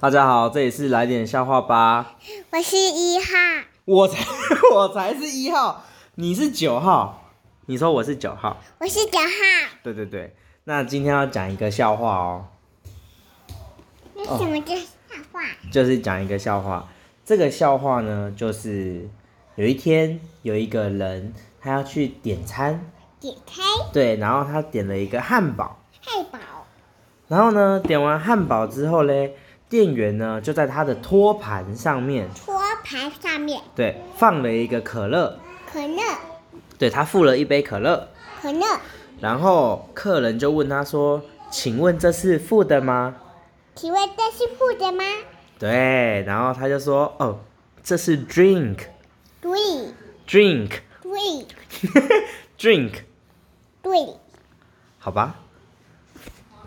大家好，这里是来点笑话吧。我是一号，我才 我才是一号，你是九号，你说我是九号，我是九号。对对对。那今天要讲一个笑话哦，那什么叫笑话？就是讲一个笑话。这个笑话呢，就是有一天有一个人他要去点餐，点开对，然后他点了一个汉堡，汉堡，然后呢，点完汉堡之后嘞，店员呢就在他的托盘上面，托盘上面对，放了一个可乐，可乐，对他付了一杯可乐，可乐，然后客人就问他说：“请问这是付的吗请问这是负的吗？？”对，然后他就说：“哦，这是 drink 对， drink 对， drink，对，好吧。”